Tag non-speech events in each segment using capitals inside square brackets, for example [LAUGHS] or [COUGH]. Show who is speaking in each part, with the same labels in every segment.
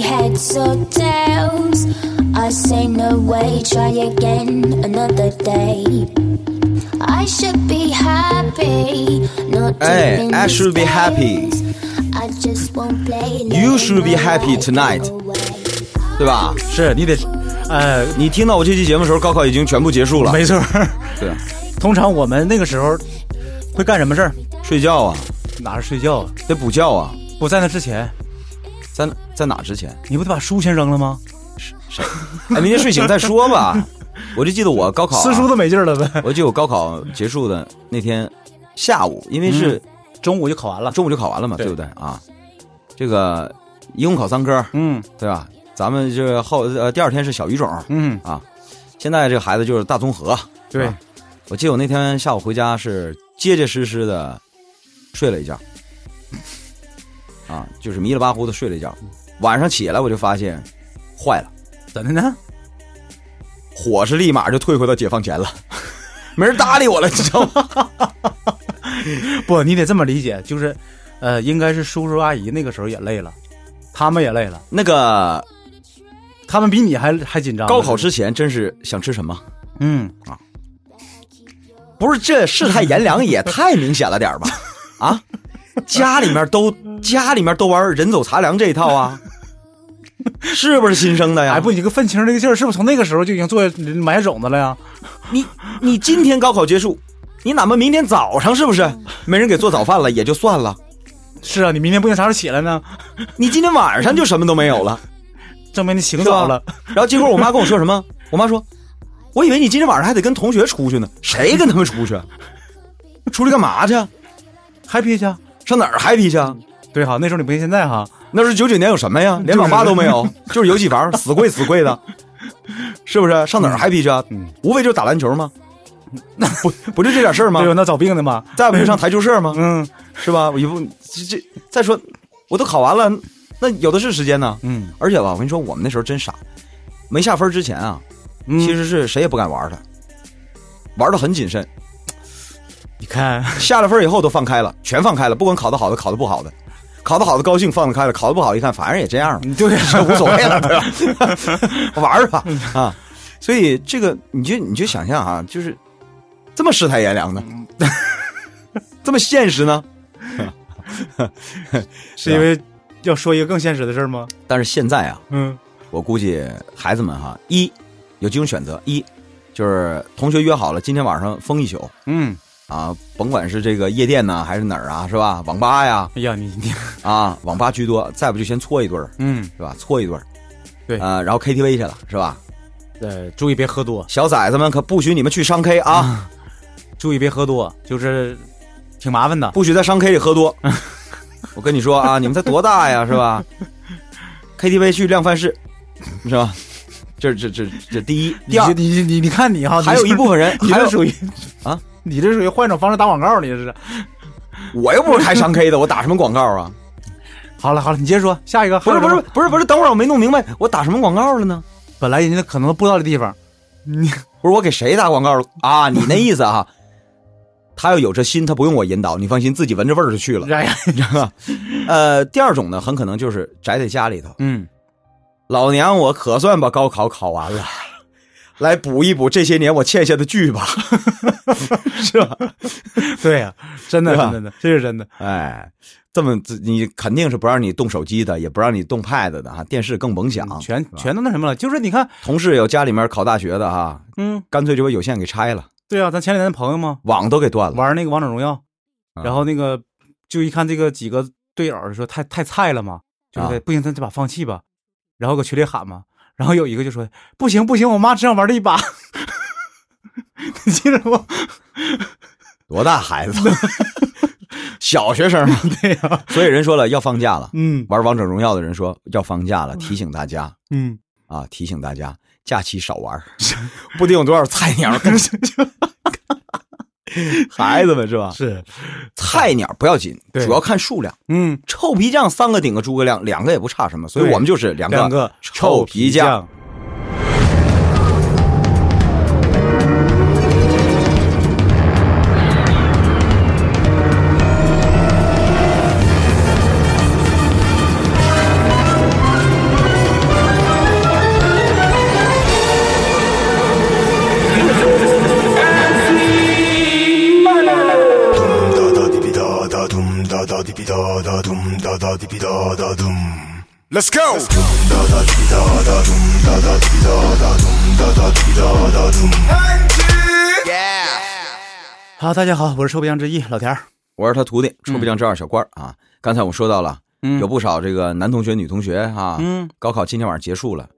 Speaker 1: heads or tails. I say no way, try again another day. I should be happy, not
Speaker 2: Hey,
Speaker 1: deep in
Speaker 2: Eh, I
Speaker 1: these
Speaker 2: should be happy.
Speaker 1: days. I just won't play.
Speaker 2: You
Speaker 1: letting
Speaker 2: should be
Speaker 1: my
Speaker 2: happy
Speaker 1: life
Speaker 2: tonight.
Speaker 1: go away.
Speaker 2: 对吧？
Speaker 3: 是你得，呃，
Speaker 2: 你听到我这期节目的时候，高考已经全部结束了。
Speaker 3: [LAUGHS] 没错儿。
Speaker 2: 对，
Speaker 3: 通常我们那个时候会干什么事儿？
Speaker 2: 睡觉啊，
Speaker 3: 哪是睡觉啊？
Speaker 2: 得补觉啊。
Speaker 3: 不在那之前，
Speaker 2: 在在哪之前？
Speaker 3: 你不得把书先扔了吗？
Speaker 2: 哎，明天睡醒再说
Speaker 3: [LAUGHS]
Speaker 2: 吧。我就记得我高考、啊，
Speaker 3: 撕书都没劲儿了呗。
Speaker 2: 我记得我高考结束的那天下午，因为是
Speaker 3: [LAUGHS] 中午就考完了。
Speaker 2: 中午就考完了嘛，
Speaker 3: 嗯对
Speaker 2: 对不对啊？这个一共考三科，
Speaker 3: 嗯
Speaker 2: 对吧？咱们这后呃第二天是小语种，
Speaker 3: 嗯，
Speaker 2: 现在这个孩子就是大综合。
Speaker 3: 对，
Speaker 2: 啊我记得我那天下午回家是结结实实的睡了一觉，啊，就是迷了巴糊的睡了一觉。晚上起来我就发现坏了，
Speaker 3: 怎的呢？
Speaker 2: 火是立马就退回到解放前了，没人搭理我了，你知道吗？
Speaker 3: [LAUGHS]
Speaker 2: [LAUGHS]
Speaker 3: 不，你得这么理解，就是，呃，应该是叔叔阿姨那个时候也累了，他们也累了，
Speaker 2: 那个
Speaker 3: 他们比你还还紧张。
Speaker 2: 高考，之前真是想吃什么？
Speaker 3: 嗯，
Speaker 2: 不是这世态炎凉也太明显了点儿吧？啊，家里面都家里面都玩人走茶凉这一套啊，是不是亲生的呀？
Speaker 3: 哎，不，你个愤青这个劲儿，是不是从那个时候就已经做埋下种子了呀？
Speaker 2: 你你今天高考结束，你哪怕明天早上是不是没人给做早饭了也就算了，
Speaker 3: 是啊，你明天不定啥时候起来呢，
Speaker 2: 你今天晚上就什么都没有了，
Speaker 3: 证明你醒
Speaker 2: 是
Speaker 3: 早
Speaker 2: 吧？
Speaker 3: 了。
Speaker 2: 然后结果我妈跟我说什么？我妈说，我以为你今天晚上还得跟同学出去呢，谁跟他们出去？出去干嘛去？
Speaker 3: happy 去啊。
Speaker 2: 上哪儿 happy 去啊？
Speaker 3: 对哈，那时候你不像现在哈，
Speaker 2: 那是九九年有什么呀？连网吧都没有，就是游戏房，死贵死贵的，是不是？上哪儿 happy 去啊？
Speaker 3: 嗯
Speaker 2: 无非就是打篮球吗？ [LAUGHS] 不不就这点事儿吗
Speaker 3: 对？吧？那找病的嘛，
Speaker 2: 再不就上台球社吗？
Speaker 3: 嗯
Speaker 2: 是吧？我一不这这再说，我都考完了，那有的是时间呢。
Speaker 3: 嗯，
Speaker 2: 而且吧，我跟你说，我们那时候真傻，没下分之前啊，
Speaker 3: 嗯
Speaker 2: 其实是谁也不敢玩的，玩的很谨慎。
Speaker 3: 你 [LAUGHS] 看，
Speaker 2: 下了分以后都放开了，全放开了，不管考得好的，考得不好的，考得好的高兴放得开了，考得不好一看，反正也这样嘛，
Speaker 3: 嗯对啊呀，
Speaker 2: 无所谓了，对吧？ [LAUGHS] 玩儿吧啊！所以这个你就你就想象啊，就是这么世态炎凉呢，这么现实呢，
Speaker 3: [LAUGHS]
Speaker 2: [LAUGHS]
Speaker 3: 是啊因为要说一个更现实的事儿吗？
Speaker 2: 但是现在啊，
Speaker 3: 嗯
Speaker 2: 我估计孩子们哈，一有几种选择：一就是同学约好了今天晚上疯一宿
Speaker 3: 嗯，
Speaker 2: 啊，甭管是这个夜店呐、还是哪儿啊，是吧？网吧呀，
Speaker 3: 哎呀，你你
Speaker 2: 啊，网吧居多，再不就先搓一顿儿，
Speaker 3: 嗯，
Speaker 2: 是吧？搓一顿儿，
Speaker 3: 对
Speaker 2: 啊，然后 KTV 去了，是吧？
Speaker 3: 呃，注意别喝多，
Speaker 2: 小崽子们可不许你们去商 K
Speaker 3: 嗯
Speaker 2: 啊，
Speaker 3: 注意别喝多，就是挺麻烦的。
Speaker 2: 不许在商 K 里喝
Speaker 3: [LAUGHS]
Speaker 2: 多。我跟你说啊，你们才多大呀，是吧？KTV 去量贩式，是吧？这这这这第一，第二，
Speaker 3: 你你你你看你 [LAUGHS] 哈，
Speaker 2: 还有一部分人，
Speaker 3: 你
Speaker 2: 还
Speaker 3: 这
Speaker 2: 有
Speaker 3: 属 [LAUGHS] 于
Speaker 2: 啊，
Speaker 3: 你这属于换种方式打广告，你这是。
Speaker 2: 我又不是开商 K 的，我打什么广告
Speaker 3: [LAUGHS]
Speaker 2: 啊？
Speaker 3: 好了好了，你接着说下一个。
Speaker 2: 不是
Speaker 3: 还
Speaker 2: 不
Speaker 3: 有什
Speaker 2: 是
Speaker 3: 么，
Speaker 2: 不是不是，等会儿我没弄明白，我打什么广告了呢？
Speaker 3: 本来人家可能都不知道的地方，
Speaker 2: 不是我给谁打广告了啊？你那意思啊？他要有这心，他不用我引导，你放心，自己闻着味儿就去了。
Speaker 3: [LAUGHS] 哎呀，
Speaker 2: [LAUGHS] 呃，第二种呢，很可能就是宅在家里头，
Speaker 3: 嗯，
Speaker 2: 老娘我可算把高考考完了， [LAUGHS] 来补一补这些年我欠下的剧吧， [LAUGHS] 是吧？
Speaker 3: [LAUGHS] 对呀，真的
Speaker 2: 对吧
Speaker 3: 真的，这是真的。
Speaker 2: 哎，这么你肯定是不让你动手机的，也不让你动 pad 的啊，电视更甭想。
Speaker 3: 全全都那什么了，嗯就是你看，
Speaker 2: 同事有家里面考大学的啊，
Speaker 3: 嗯，
Speaker 2: 干脆就把有线给拆了，
Speaker 3: 对啊，咱前两天朋友嘛，
Speaker 2: 网都给断了。
Speaker 3: 玩那个王者荣耀，
Speaker 2: 啊
Speaker 3: 然后那个就一看这个几个队友儿说太太菜了嘛，就是
Speaker 2: 啊
Speaker 3: 得不行，咱这把放弃吧，然后搁群里喊嘛，然后有一个就说不行不行，我妈只想玩这一把，你记着不？
Speaker 2: 多大孩子？ [LAUGHS] 小学生啊！
Speaker 3: 对哎呀、
Speaker 2: 所以人说了要放假了，
Speaker 3: 嗯
Speaker 2: 玩王者荣耀的人说要放假了，提醒大家
Speaker 3: 嗯，
Speaker 2: 啊，提醒大家假期少玩儿， [LAUGHS] 不定有多少菜鸟
Speaker 3: [LAUGHS]
Speaker 2: 跟孩子们是吧？
Speaker 3: 是，
Speaker 2: 菜鸟不要紧，
Speaker 3: 对
Speaker 2: 主要看数量。
Speaker 3: 嗯，
Speaker 2: 臭皮匠三个顶个诸葛亮，两个也不差什么，所以
Speaker 3: 对
Speaker 2: 我们就是两个
Speaker 3: 两个
Speaker 2: 臭皮匠。，
Speaker 4: Let's go. Yeah.
Speaker 3: 好，大家好，我是臭皮匠之一老田儿。
Speaker 2: 我是他徒弟，臭皮匠这二小官儿啊。刚才我们说到了，
Speaker 3: 嗯
Speaker 2: 有不少这个男同学、女同学哈、
Speaker 3: 嗯，
Speaker 2: 高考今天晚上结束了，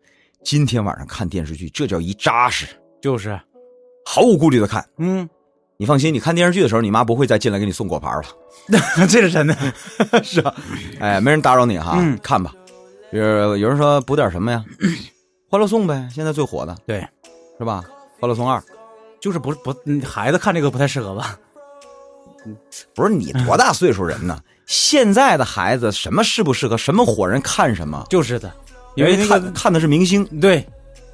Speaker 2: 今天晚上看电视剧，这叫一扎实，
Speaker 3: 就是，
Speaker 2: 毫无顾虑的看。
Speaker 3: 嗯，
Speaker 2: 你放心，你看电视剧的时候，你妈不会再进来给你送果盘了，
Speaker 3: [LAUGHS] 这是 [LAUGHS] 真的，是吧？
Speaker 2: 哎，没人打扰你哈。
Speaker 3: 嗯
Speaker 2: 看吧。有有人说补点什么
Speaker 3: [COUGHS]
Speaker 2: 呀？欢乐颂呗，现在最火的
Speaker 3: 对，
Speaker 2: 是吧？欢乐颂二，
Speaker 3: 就是不不，嗯孩子看这个不太适合吧？
Speaker 2: 不是你多大岁数人
Speaker 3: 嗯
Speaker 2: 呢？现在的孩子什么适不适合，什么火人看什么，
Speaker 3: 就是的，因为那
Speaker 2: 看、
Speaker 3: 个
Speaker 2: 看的是明星，
Speaker 3: 对，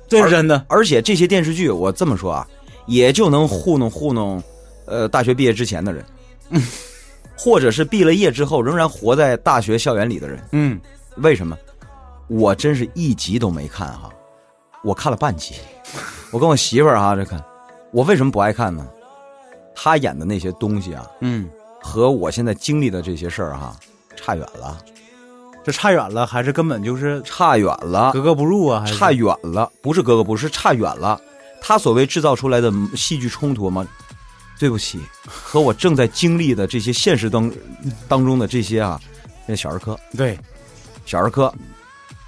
Speaker 3: 这是真的。
Speaker 2: 而且这些电视剧，我这么说啊，也就能糊弄糊弄，呃，大学毕业之前
Speaker 3: [LAUGHS]
Speaker 2: 的人，或者是毕了业之后仍然活在大学校园里的人。
Speaker 3: 嗯，
Speaker 2: 为什么？我真是一集都没看哈、我看了半集。我跟我媳妇儿哈、这看，我为什么不爱看呢？她演的那些东西啊，
Speaker 3: 嗯，
Speaker 2: 和我现在经历的这些事儿、哈，差远了，
Speaker 3: 这差远了，还是根本就是
Speaker 2: 差远了
Speaker 3: 格，格不入啊？还是
Speaker 2: 差远了，不是格格不入，是差远了。他所谓制造出来的戏剧冲突吗？对不起，和我正在经历的这些现实当当中的这些啊，那小儿科，
Speaker 3: 对，
Speaker 2: 小儿科，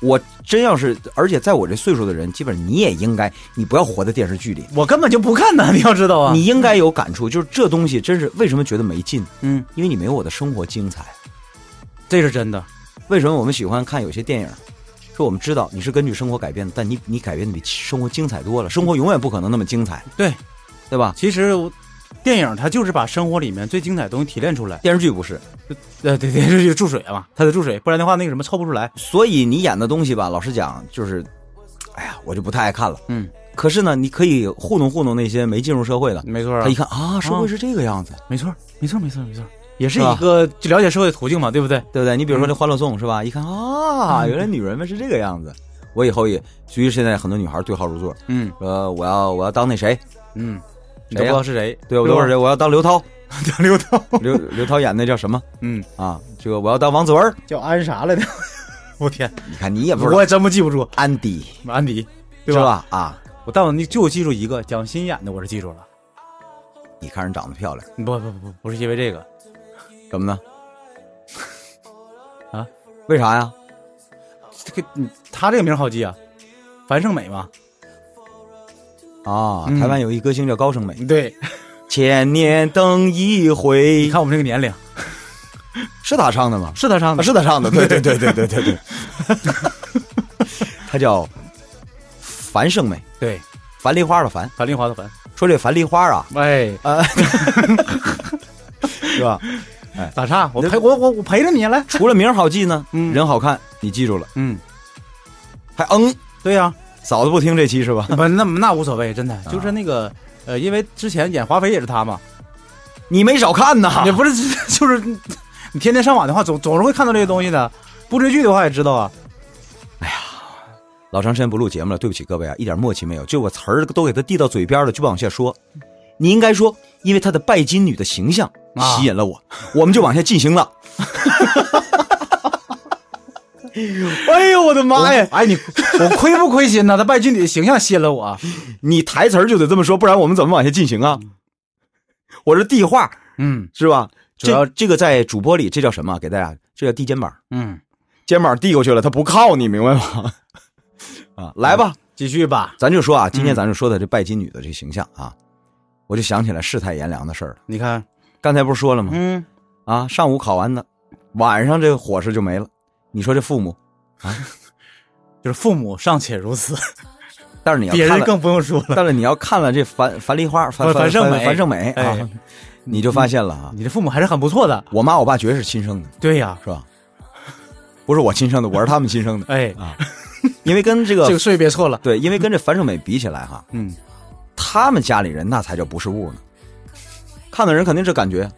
Speaker 2: 我真要是，而且在我这岁数的人，基本上你也应该，你不要活在电视剧里，
Speaker 3: 我根本就不看呢，你 [LAUGHS] 要知道啊。
Speaker 2: 你应该有感触。就是这东西真是为什么觉得没劲？
Speaker 3: 嗯，
Speaker 2: 因为你没有我的生活精彩。
Speaker 3: 这是真的。
Speaker 2: 为什么我们喜欢看有些电影？说我们知道你是根据生活改编的，但你你改编的比生活精彩多了。生活永远不可能那么精彩，
Speaker 3: 对，
Speaker 2: 对吧？
Speaker 3: 其实我电影它就是把生活里面最精彩的东西提炼出来。
Speaker 2: 电视剧不是，
Speaker 3: 呃，对对，这就注水嘛，它得注水，不然的话那个什么凑不出来。
Speaker 2: 所以你演的东西吧，老实讲，就是，哎呀，我就不太爱看了。
Speaker 3: 嗯，
Speaker 2: 可是呢，你可以糊弄糊弄那些没进入社会的，
Speaker 3: 没错啊
Speaker 2: 他一，看啊，社会是这个样子，
Speaker 3: 没错，没错，没错，没错，也是
Speaker 2: 是吧
Speaker 3: 一个就了解社会的途径嘛，对不对？
Speaker 2: 对不对？你比如说这《欢乐颂》是吧？一看啊，原来女人们是这个样子。我以后也，所以现在很多女孩对号入座，
Speaker 3: 嗯
Speaker 2: 说我要我要当那谁，
Speaker 3: 嗯，你都
Speaker 2: 谁呀
Speaker 3: 不知道是谁，
Speaker 2: 对我都是谁，我要当刘涛，
Speaker 3: 叫刘涛， [LAUGHS]
Speaker 2: 刘刘涛演那叫什么
Speaker 3: 嗯，
Speaker 2: 啊？这个我要当王子文，
Speaker 3: 叫安啥来着？ [LAUGHS] 我天，
Speaker 2: 你看你也不知
Speaker 3: 我
Speaker 2: 道
Speaker 3: 也真不记不住，
Speaker 2: 安迪
Speaker 3: 安迪，
Speaker 2: 是
Speaker 3: 对？
Speaker 2: 吧？啊，
Speaker 3: 我但我那就记住一个蒋欣演的，我是记住了。
Speaker 2: 你看人长得漂亮，
Speaker 3: 不不不，不是因为这个，
Speaker 2: 怎 [LAUGHS] 么呢？
Speaker 3: 啊？
Speaker 2: 为啥呀？
Speaker 3: 这个嗯他这个名儿好记啊，樊胜美嘛，
Speaker 2: 啊，
Speaker 3: 嗯
Speaker 2: 台湾有一歌星叫高胜美，
Speaker 3: 对，
Speaker 2: 千年等一回
Speaker 3: 你，看我们这个年龄，
Speaker 2: 是他唱的吗？
Speaker 3: 是他唱
Speaker 2: 啊，
Speaker 3: 的，
Speaker 2: 是他唱的，对对对对对对对， [LAUGHS] 他叫樊胜美，
Speaker 3: 对，
Speaker 2: 樊梨花的樊。
Speaker 3: 樊丽华的樊，
Speaker 2: 说这樊梨花啊，
Speaker 3: 喂，
Speaker 2: 是吧？
Speaker 3: 咋唱？我陪我我我陪着你来，
Speaker 2: 除了名儿好记呢，
Speaker 3: 嗯
Speaker 2: 人好看，你记住了，
Speaker 3: 嗯，
Speaker 2: 还嗯，
Speaker 3: 对呀、
Speaker 2: 嫂子不听这期是吧？
Speaker 3: 不，那那无所谓，真的 [LAUGHS] 就是那个。呃，因为之前演华妃也是他嘛，
Speaker 2: 你没少看呐，
Speaker 3: 也不是， [LAUGHS] 就是你天天上网的话，总总是会看到这些东西的。不追剧的话也知道啊，
Speaker 2: 老长时间不录节目了，对不起各位啊，一点默契没有，就我词儿都给他递到嘴边了，就不往下说。你应该说，因为他的拜金女的形象
Speaker 3: 啊
Speaker 2: 吸引了我，我们就往下进行了。 [LAUGHS] 哎呦我的妈呀！
Speaker 3: 哎，你我 [LAUGHS] 亏不亏心呢？他拜金女的形象吸引了我，
Speaker 2: 你台词儿就得这么说，不然我们怎么往下进行啊？我这递话
Speaker 3: 嗯
Speaker 2: 是吧？
Speaker 3: 主要
Speaker 2: 这这个在主播里这叫什么？给大家这叫递肩膀，
Speaker 3: 嗯，
Speaker 2: 肩膀递过去了，他不靠你，明白吗？ [LAUGHS] 啊，来吧，
Speaker 3: 继续吧，
Speaker 2: 咱就说啊，今天咱就说的这拜金女的这形象啊，我就想起来世态炎凉的事儿了。
Speaker 3: 你看，
Speaker 2: 刚才不是说了吗？
Speaker 3: 嗯，
Speaker 2: 啊，上午考完的，晚上这个伙食就没了。你说这父母，
Speaker 3: 就是父母尚且如此，
Speaker 2: 但是你要
Speaker 3: 别
Speaker 2: 看
Speaker 3: 人
Speaker 2: 了，
Speaker 3: 更不用说了。
Speaker 2: 但是你要看了这樊樊梨花、樊
Speaker 3: 不是樊胜美
Speaker 2: 樊胜美
Speaker 3: 哎
Speaker 2: 啊，你就发现了啊，
Speaker 3: 你这父母还是很不错的，
Speaker 2: 我妈我爸绝对是亲生的。
Speaker 3: 对呀，
Speaker 2: 是吧？不是我亲生的，我是他们亲生的。
Speaker 3: 哎，
Speaker 2: 因为跟这
Speaker 3: 这个
Speaker 2: 个
Speaker 3: 税别错了，
Speaker 2: 对，因为跟这樊胜美比起来哈，
Speaker 3: 嗯，
Speaker 2: 他们家里人那才叫不是物呢。看的人肯定这感觉，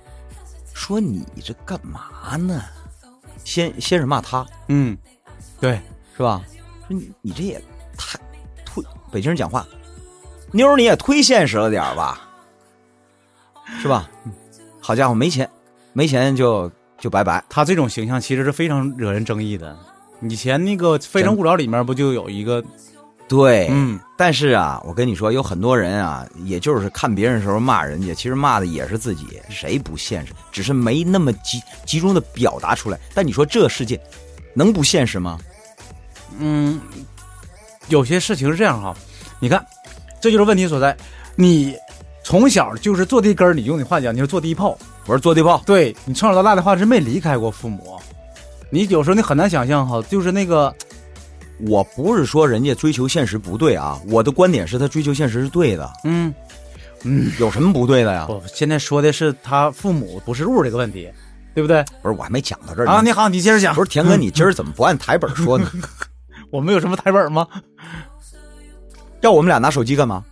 Speaker 2: 说你这干嘛呢？先先是骂他
Speaker 3: 嗯，对，
Speaker 2: 是吧？说你你这也太推北京人讲话，妞儿你也忒现实了点儿吧，是吧？好家伙，没钱没钱就就拜拜。
Speaker 3: 他这种形象其实是非常惹人争议的。以前那个《非诚勿扰》里面不就有一个，
Speaker 2: 对，
Speaker 3: 嗯，
Speaker 2: 但是啊，我跟你说，有很多人啊，也就是看别人的时候骂人家，其实骂的也是自己，谁不现实？只是没那么集集中的表达出来。但你说这世界能不现实吗？
Speaker 3: 嗯，有些事情是这样哈，你看，这就是问题所在。你从小就是坐地根儿，你用你话讲，你是坐地炮。
Speaker 2: 我是坐地炮，
Speaker 3: 对你从小到大的话是没离开过父母，你有时候你很难想象哈，就是那个
Speaker 2: 我不是说人家追求现实不对啊，我的观点是他追求现实是对的，
Speaker 3: 嗯，
Speaker 2: 有什么不对的呀？
Speaker 3: 我现在说的是他父母不是路这个问题，对不对？
Speaker 2: 不是，我还没讲到这儿呢
Speaker 3: 啊，你好，你接着讲
Speaker 2: 不。是田哥，你今儿怎么不按台本
Speaker 3: [LAUGHS]
Speaker 2: 说呢？
Speaker 3: 我们有什么台本吗？
Speaker 2: 要我们俩拿手机干嘛？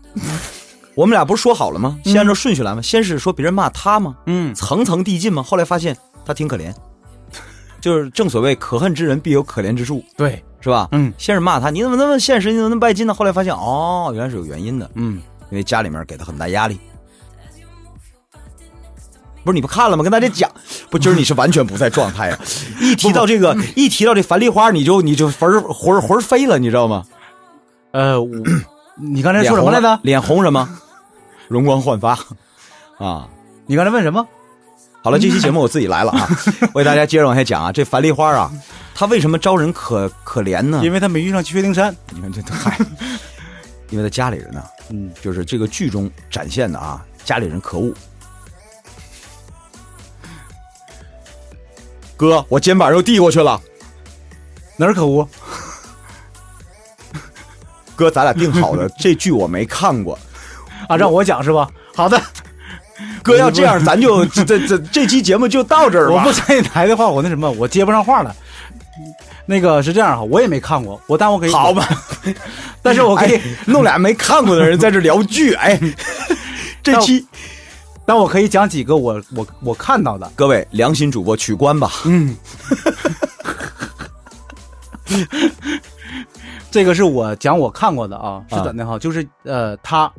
Speaker 2: 我们俩不是说好了吗？先按照顺序来吗？先是说别人骂他吗？
Speaker 3: 嗯，
Speaker 2: 层层递进吗？后来发现他挺可怜， [LAUGHS] 就是正所谓可恨之人必有可怜之处，
Speaker 3: 对，
Speaker 2: 是吧？
Speaker 3: 嗯
Speaker 2: 先是骂他，你怎么那么现实？你怎么那么拜金呢？后来发现哦，原来是有原因的，
Speaker 3: 嗯，
Speaker 2: 因为家里面给他很大压力。不是你不看了吗？跟大家讲，不，今儿你是完全不在状态啊！ [LAUGHS] 一提到这个，一提到这樊梨花，你就你就魂儿魂儿魂儿飞了，你知道吗？
Speaker 3: 呃，我 [CLEARS THROAT] 你刚才
Speaker 2: 脸
Speaker 3: 说什
Speaker 2: 红
Speaker 3: 么来
Speaker 2: 了
Speaker 3: 着？
Speaker 2: 脸红什么？容光焕发啊！
Speaker 3: 你刚才问什么？
Speaker 2: 好了，这期节目我自己来了
Speaker 3: [LAUGHS]
Speaker 2: 啊，我给大家接着往下讲啊。这樊梨花啊，她为什么招人可可怜呢？
Speaker 3: 因为他没遇上薛丁山。
Speaker 2: 你看这嗨，因为她家里人呢、
Speaker 3: 嗯，
Speaker 2: 就是这个剧中展现的啊，家里人可恶。哥，我肩膀又递过去了。
Speaker 3: 哪儿可恶？
Speaker 2: 哥，咱俩定好
Speaker 3: [LAUGHS]
Speaker 2: 的，这剧我没看过。
Speaker 3: 啊，让我讲是吧？好的，
Speaker 2: 哥要这样，咱就这这这期节目就到这儿
Speaker 3: 我
Speaker 2: 吧
Speaker 3: 不。上你台的话，我那什么，我接不上话了。那个是这样哈，我也没看过，我但我可以
Speaker 2: 好吧，
Speaker 3: 但是我可以，
Speaker 2: 哎弄俩没看过的人在这聊剧，
Speaker 3: [LAUGHS]
Speaker 2: 哎，这期
Speaker 3: 但我可以讲几个我我我看到的。
Speaker 2: 各位良心主播取关吧，
Speaker 3: 嗯，这个是我讲我看过的啊，是怎的哈？就是呃，他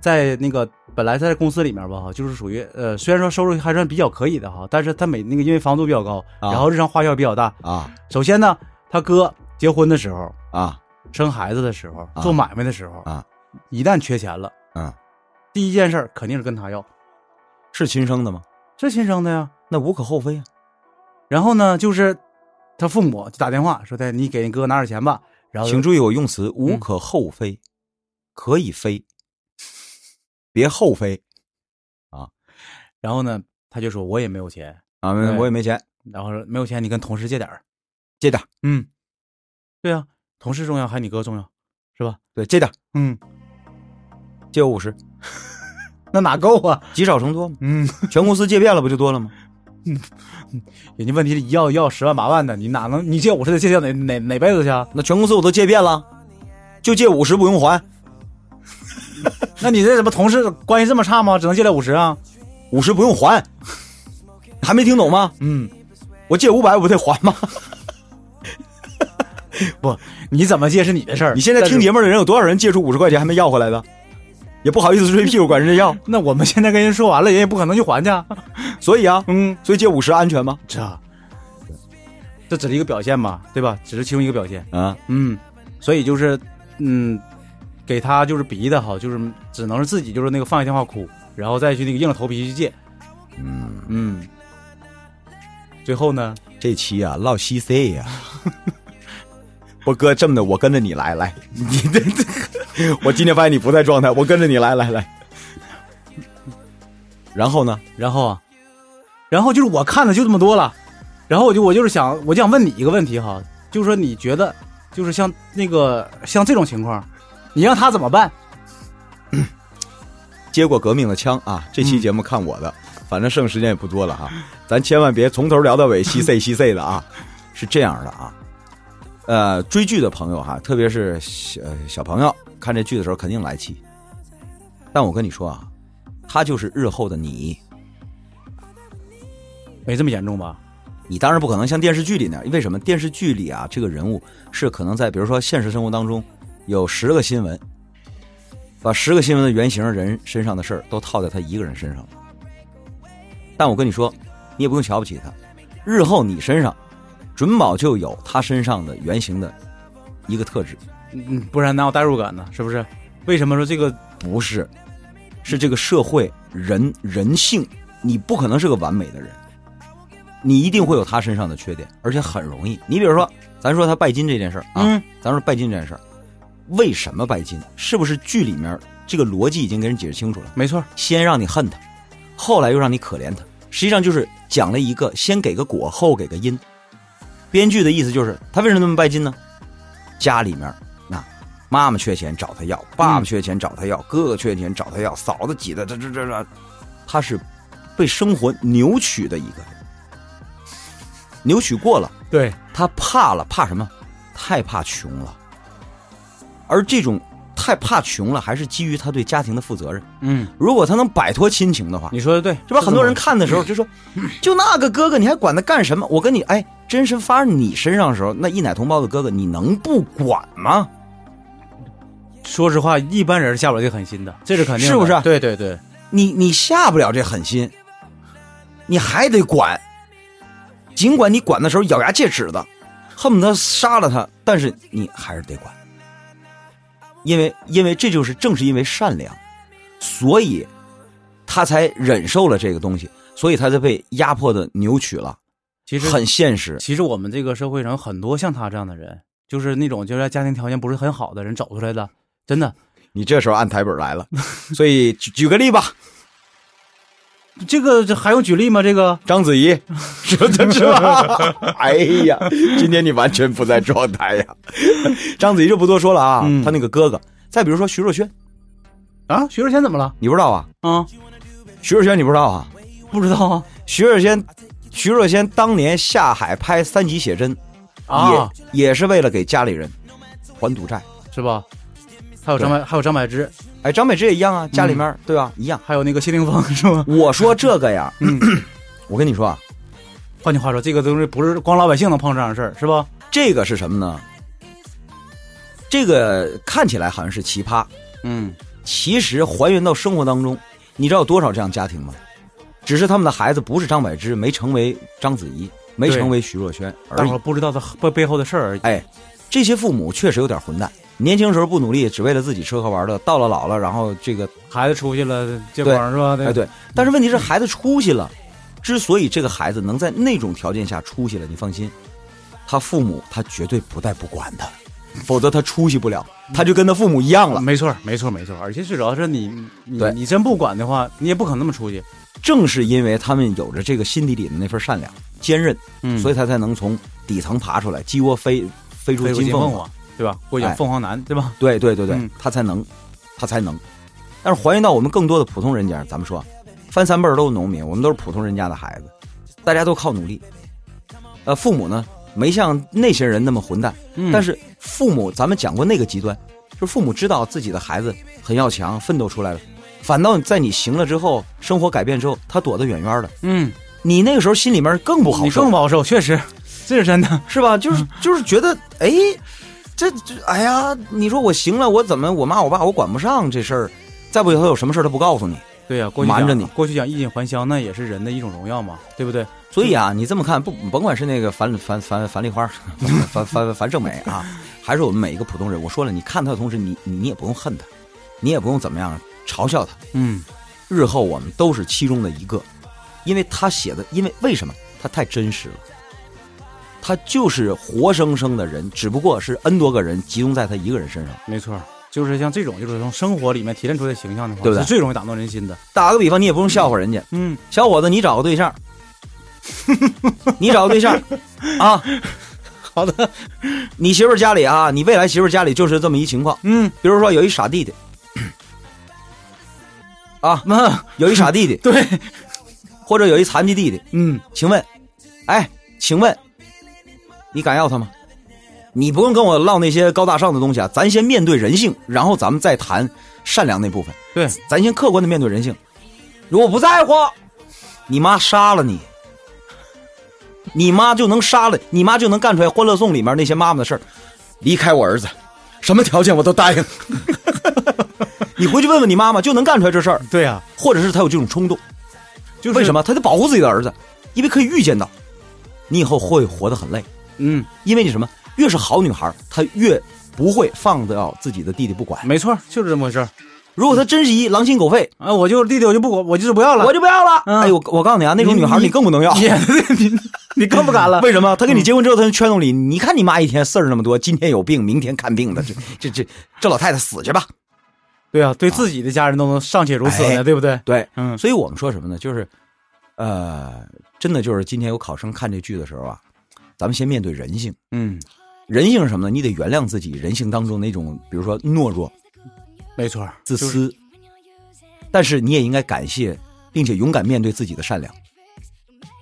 Speaker 3: 在那个本来在公司里面吧哈，就是属于呃，虽然说收入还算比较可以的哈，但是他每那个因为房租比较高，
Speaker 2: 啊
Speaker 3: 然后日常花销比较大。
Speaker 2: 啊
Speaker 3: 首先呢，他哥结婚的时候、
Speaker 2: 啊
Speaker 3: 生孩子的时候、
Speaker 2: 啊
Speaker 3: 做买卖的时候
Speaker 2: 啊，
Speaker 3: 一旦缺钱了，
Speaker 2: 嗯，
Speaker 3: 第一件事儿肯定是跟他要，
Speaker 2: 是亲生的吗？
Speaker 3: 这亲生的呀。
Speaker 2: 那无可厚非啊。
Speaker 3: 然后呢，就是他父母就打电话说哎的，你给你哥拿点钱吧。然后
Speaker 2: 请注意我用词无
Speaker 3: 嗯
Speaker 2: 可厚非，可以非，别后非
Speaker 3: 然后呢，他就说我也没有钱，
Speaker 2: 啊！
Speaker 3: 对
Speaker 2: 我也没钱，
Speaker 3: 然后说没有钱你跟同事借点儿。
Speaker 2: 借点儿
Speaker 3: 嗯，对啊，同事重要还是你哥重要，是吧？
Speaker 2: 对，借点儿
Speaker 3: 嗯，
Speaker 2: 借我五十，
Speaker 3: 那哪够啊？
Speaker 2: 积少成多嘛，
Speaker 3: 嗯，
Speaker 2: 全公司借遍了不就多了吗？
Speaker 3: 人家问题是一要要十万八万的，你哪能你借五十得借到哪哪哪辈子去啊？
Speaker 2: 那全公司我都借遍了，就借五十不用还， [LAUGHS]
Speaker 3: 那你这怎么同事关系这么差吗？只能借来五十啊？
Speaker 2: 五十不用还，还没听懂吗？
Speaker 3: 嗯，
Speaker 2: 我借五百我不得还吗？ [LAUGHS]
Speaker 3: 不，你怎么借是你的事儿。
Speaker 2: 你现在听节目的人有多少人借出五十块钱还没要回来的？也不好意思吹屁股管人家要，
Speaker 3: 但是，那我们现在跟人说完了，人也不可能去还去啊。
Speaker 2: 所以啊，
Speaker 3: 嗯，
Speaker 2: 所以借五十安全吗？
Speaker 3: 这这只是一个表现嘛，对吧？只是其中一个表现。
Speaker 2: 啊，
Speaker 3: 嗯，所以就是嗯，给他就是逼的哈，就是只能是自己就是那个放下电话哭，然后再去那个硬着头皮去借。
Speaker 2: 嗯，
Speaker 3: 嗯，最后呢，
Speaker 2: 这期啊唠西 C 呀、 [LAUGHS] 不哥这么的，我跟着你来来， [LAUGHS] 你这这，我今天发现你不在状态，我跟着你来来来。然后呢？
Speaker 3: 然后啊，然后就是我看的就这么多了，然后我就我就是想我就想问你一个问题哈，就是说你觉得就是像那个像这种情况，你让他怎么办？
Speaker 2: 接过革命的枪啊！这期节目看我的，反正剩时间也不多了哈、咱千万别从头聊到尾，细碎细碎的啊！是这样的啊，呃，追剧的朋友哈、特别是小呃小朋友看这剧的时候肯定来气，但我跟你说啊，他就是日后的你，
Speaker 3: 没这么严重吧？
Speaker 2: 你当然不可能像电视剧里那样，为什么？电视剧里啊，这个人物是可能在比如说现实生活当中有十个新闻，把十个新闻的原型人身上的事儿都套在他一个人身上了但我跟你说，你也不用瞧不起他，日后你身上准保就有他身上的原型的一个特质，
Speaker 3: 嗯，不然哪有代入感呢？是不是？为什么说这个？
Speaker 2: 不是，是这个社会人人性，你不可能是个完美的人，你一定会有他身上的缺点，而且很容易。你比如说，咱说他拜金这件事儿啊，
Speaker 3: 嗯
Speaker 2: 咱说拜金这件事儿，为什么拜金？是不是剧里面这个逻辑已经给人解释清楚了？
Speaker 3: 没错，
Speaker 2: 先让你恨他，后来又让你可怜他，实际上就是讲了一个先给个果，后给个因。编剧的意思就是他为什么那么拜金呢？家里面那妈妈缺钱找他要，爸爸缺钱找他要，哥哥缺钱找他要，嫂子挤的这这这这，他是被生活扭曲的一个人，扭曲过了。
Speaker 3: 对，
Speaker 2: 他怕了，怕什么？太怕穷了。而这种太怕穷了，还是基于他对家庭的负责任。
Speaker 3: 嗯，
Speaker 2: 如果他能摆脱亲情的话，
Speaker 3: 你说的对，
Speaker 2: 这边很多人
Speaker 3: 看
Speaker 2: 看的时候就说，就那个哥哥，你还管他干什么？我跟你哎，真是发生你身上的时候，那一奶同胞的哥哥，你能不管吗？
Speaker 3: 说实话，一般人下不了这狠心的，这是肯定的，
Speaker 2: 是不是
Speaker 3: 对对对，
Speaker 2: 你你下不了这狠心，你还得管。尽管你管的时候咬牙切齿的，恨不得杀了他，但是你还是得管，因为因为这就是正是因为善良，所以他才忍受了这个东西，所以他才被压迫的扭曲了，
Speaker 3: 其实
Speaker 2: 很现实。
Speaker 3: 其实我们这个社会上有很多像他这样的人，就是那种就是家庭条件不是很好的人找出来的，真的，
Speaker 2: 你这时候按台本来了，所以举举个例吧，
Speaker 3: 这个这还用举例吗？这个
Speaker 2: 章子怡，是的是吧？ [LAUGHS] 哎呀，今天你完全不在状态呀。章子怡就不多说了啊，
Speaker 3: 嗯
Speaker 2: 她那个哥哥。再比如说徐若瑄，
Speaker 3: 啊，徐若瑄怎么了？
Speaker 2: 你不知道啊？
Speaker 3: 啊，
Speaker 2: 徐若瑄你不知道啊？
Speaker 3: 不知道啊
Speaker 2: 徐若瑄，徐若瑄当年下海拍《三级写真》
Speaker 3: 啊，
Speaker 2: [LAUGHS] 也也是为了给家里人还赌债。
Speaker 3: 是吧？还有张柏，还有张柏芝，
Speaker 2: 哎，张柏芝也一样啊，
Speaker 3: 嗯
Speaker 2: 家里面、对吧？一样。
Speaker 3: 还有那个谢霆锋，是吧？
Speaker 2: 我说这个呀，
Speaker 3: 嗯
Speaker 2: [COUGHS] 我跟你说啊，
Speaker 3: 换句话说，这个东西不是光老百姓能碰这样的事儿，是吧？
Speaker 2: 这个是什么呢？这个看起来好像是奇葩，
Speaker 3: 嗯，
Speaker 2: 其实还原到生活当中，你知道有多少这样家庭吗？只是他们的孩子不是张柏芝，没成为章子怡，没
Speaker 3: 对
Speaker 2: 成为徐若瑄而
Speaker 3: 大伙
Speaker 2: 已
Speaker 3: 儿。不知道他背背后的事儿而已。
Speaker 2: 哎，这些父母确实有点混蛋，年轻时候不努力，只为了自己吃喝玩乐，到了老了，然后这个
Speaker 3: 孩子出去了，结光是吧？
Speaker 2: 哎对，但是问题是孩子出息了，之所以这个孩子能在那种条件下出息了，你放心，他父母他绝对不带不管他，否则他出息不了，他就跟他父母一样了。
Speaker 3: 没错，没错，没错。而且最主要是你，你
Speaker 2: 对
Speaker 3: 你真不管的话，你也不可能那么出去。
Speaker 2: 正是因为他们有着这个心底里的那份善良、坚韧，
Speaker 3: 嗯
Speaker 2: 所以
Speaker 3: 以
Speaker 2: 他才能从底层爬出来，鸡窝飞飞出
Speaker 3: 飞过
Speaker 2: 金
Speaker 3: 金
Speaker 2: 凤
Speaker 3: 凤
Speaker 2: 凰。
Speaker 3: 凰，对吧？过去
Speaker 2: 哎
Speaker 3: 凤凰男，对吧？
Speaker 2: 对对对对，
Speaker 3: 嗯
Speaker 2: 他才能，他才能。但是还原到我们更多的普通人家，咱们说，翻三辈儿都是农民，我们都是普通人家的孩子，大家都靠努力。呃，父母呢没像那些人那么混蛋，
Speaker 3: 嗯
Speaker 2: 但是父母，咱们讲过那个极端，就是父母知道自己的孩子很要强，奋斗出来了，反倒在你行了之后，生活改变之后，他躲得远远的，
Speaker 3: 嗯，
Speaker 2: 你那个时候心里面更不好
Speaker 3: 你
Speaker 2: 受，
Speaker 3: 更不好嗯受，确实，这是真的。
Speaker 2: 是吧？就是就是觉得，哎，这这，哎呀，你说我行了，我怎么我妈我爸我管不上这事儿？再不以后有什么事儿他不告诉你。
Speaker 3: 对呀、过去讲
Speaker 2: 瞒着你
Speaker 3: 过去讲衣锦还乡，那也是人的一种荣耀嘛，对不对？
Speaker 2: 所以啊，你这么看，不甭管是那个樊樊樊樊梨花、樊樊樊胜美啊，还是我们每一个普通人，我说了，你看他的同时，你你你也不用恨他，你也不用怎么样嘲笑他。
Speaker 3: 嗯，
Speaker 2: 日后我们都是其中的一个，因为他写的，因为为什么他太真实了，他就是活生生的人，只不过是 N 多个人集中在他一个人身上。
Speaker 3: 没错，就是像这种，就是从生活里面提炼出来的形象的话，
Speaker 2: 对不对
Speaker 3: 是最容易打动人心的。
Speaker 2: 打个比方，你也不用笑话人家，
Speaker 3: 嗯，
Speaker 2: 小伙子，你找个对象，你找个对象啊，
Speaker 3: [LAUGHS] 好的，
Speaker 2: 你媳妇儿家里啊，你未来媳妇儿家里就是这么一情况，
Speaker 3: 嗯，
Speaker 2: 比如说有一傻弟弟， [COUGHS] 啊，
Speaker 3: 那
Speaker 2: 有一傻弟弟，
Speaker 3: 对，
Speaker 2: 或者有一残疾弟弟，
Speaker 3: 嗯，
Speaker 2: 请问，哎，请问，你敢要他吗？你不用跟我唠那些高大上的东西啊，咱先面对人性，然后咱们再谈善良那部分。
Speaker 3: 对，
Speaker 2: 咱先客观的面对人性。如果不在乎，你妈杀了你，你妈就能杀了，你妈就能干出来《欢乐颂》里面那些妈妈的事儿。离开我儿子，什么条件我都答应。你回去问问你妈妈，就能干出来这事儿，
Speaker 3: 对呀、
Speaker 2: 或者是她有这种冲动。
Speaker 3: 就是
Speaker 2: 为什？么？她得保护自己的儿子，因为可以预见到，你以后会活得很累，
Speaker 3: 嗯，
Speaker 2: 因为你什么，越是好女孩，她越不会放掉自己的弟弟不管。
Speaker 3: 没错，就是这么回事儿。
Speaker 2: 如果她真是一狼心狗肺，
Speaker 3: 啊，我就弟弟我就不管，我就是不要了，
Speaker 2: 我就不要了。
Speaker 3: 嗯
Speaker 2: 哎，我我告诉你啊，那种女孩
Speaker 3: 你
Speaker 2: 你更不能要。
Speaker 3: [LAUGHS] 你你你更不敢了。嗯
Speaker 2: 为什么？她跟你结婚之后，她就圈弄你。你看你妈一天事儿那么多，今天有病，明天看病的，这这这这老太太死去吧。
Speaker 3: 对啊，对自己的家人都能尚且如此
Speaker 2: 哎
Speaker 3: 呢，对不对？
Speaker 2: 对，
Speaker 3: 嗯
Speaker 2: 所以我们说什么呢？就是，呃，真的就是今天有考生看这剧的时候啊，咱们先面对人性。
Speaker 3: 嗯，
Speaker 2: 人性是什么呢？你得原谅自己人性当中那种，比如说懦弱、
Speaker 3: 没错，
Speaker 2: 自私，但是你也应该感谢，并且勇敢面对自己的善良。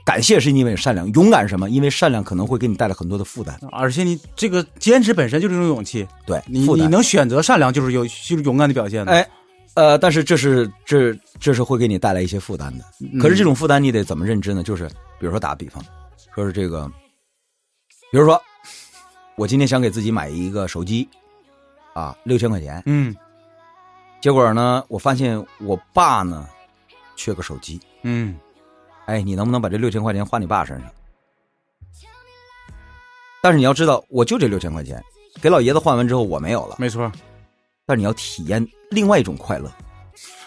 Speaker 2: 感谢是因为善良，勇敢是什么？因为善良可能会给你带来很多的负担，
Speaker 3: 而且你这个坚持本身就是一种勇气，
Speaker 2: 对，
Speaker 3: 你
Speaker 2: 负
Speaker 3: 你
Speaker 2: 担。
Speaker 3: 能选择善良就是有就是勇敢的表现的。
Speaker 2: 哎，呃，但是这是这这是会给你带来一些负担的。
Speaker 3: 嗯，
Speaker 2: 可是这种负担你得怎么认知呢？就是比如说打个比方，说是这个，比如说我今天想给自己买一个手机，啊，六千块钱，
Speaker 3: 嗯
Speaker 2: 结果呢，我发现我爸呢缺个手机，
Speaker 3: 嗯，
Speaker 2: 哎，你能不能把这六千块钱花你爸身上？但是你要知道，我就这六千块钱，给老爷子换完之后我没有了。
Speaker 3: 没错，
Speaker 2: 但是你要体验另外一种快乐，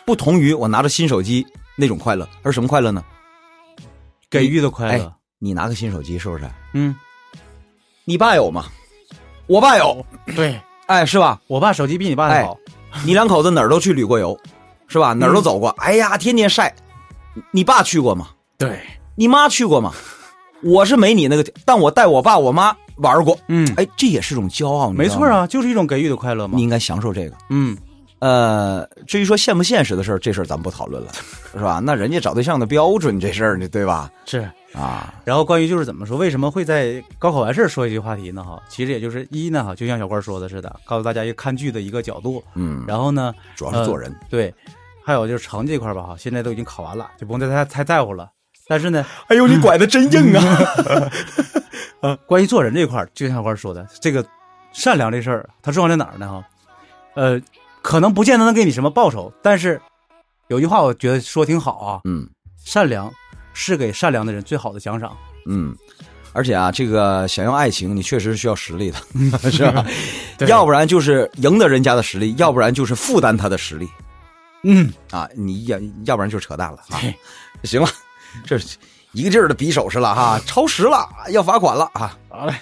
Speaker 2: 不同于我拿着新手机那种快乐，而什么快乐呢？
Speaker 3: 给予的快
Speaker 2: 哎
Speaker 3: 乐。，
Speaker 2: 你拿个新手机是不是？
Speaker 3: 嗯，
Speaker 2: 你爸有吗？我爸有，
Speaker 3: 对
Speaker 2: 哎，是吧？
Speaker 3: 我爸手机比你爸的好，
Speaker 2: 你两口子哪儿都去旅过游，是吧？哪儿都走过，哎呀，天天晒。你你爸去过吗？
Speaker 3: 对，
Speaker 2: 你妈去过吗？我是没你那个，但我带我爸我妈玩过。
Speaker 3: 嗯，
Speaker 2: 哎，这也是种骄傲，你知
Speaker 3: 没
Speaker 2: 道
Speaker 3: 错
Speaker 2: 吗，
Speaker 3: 啊，就是一种给予的快乐嘛
Speaker 2: 你。应该享受这个。
Speaker 3: 嗯，
Speaker 2: 呃，至于说现不现实的事儿，这事儿咱们不讨论了，是吧？那人家找对象的标准这事儿，你对吧？
Speaker 3: 是。
Speaker 2: 啊，
Speaker 3: 然后关于就是怎么说，为什么会在高考完事儿说一句话题呢？哈，其实也就是一呢，哈，就像小官说的似的，告诉大家一个看剧的一个角度。
Speaker 2: 嗯，
Speaker 3: 然后呢，
Speaker 2: 主要是做人。
Speaker 3: 对，还有就是成绩这块儿吧，哈，现在都已经考完了，就不用再太太在乎了。但是呢，
Speaker 2: 哎呦，你拐的真硬啊！
Speaker 3: 关于做人这块儿，就像小官说的，这个善良这事儿，它重要在哪儿呢？哈，呃，可能不见得能给你什么报酬，但是有句话我觉得说挺好啊，
Speaker 2: 嗯
Speaker 3: 善良是给善良的人最好的奖赏。
Speaker 2: 嗯，而且啊，这个想要爱情，你确实是需要实力的，是 [LAUGHS] 吧？
Speaker 3: 对
Speaker 2: 要不然就是赢得人家的实力，要不然就是负担他的实力
Speaker 3: 嗯，
Speaker 2: 啊！你要要不然就扯淡了啊
Speaker 3: 对！
Speaker 2: 行了，这一个劲儿的比手势了哈，超时了，要罚款了啊！
Speaker 3: 好嘞，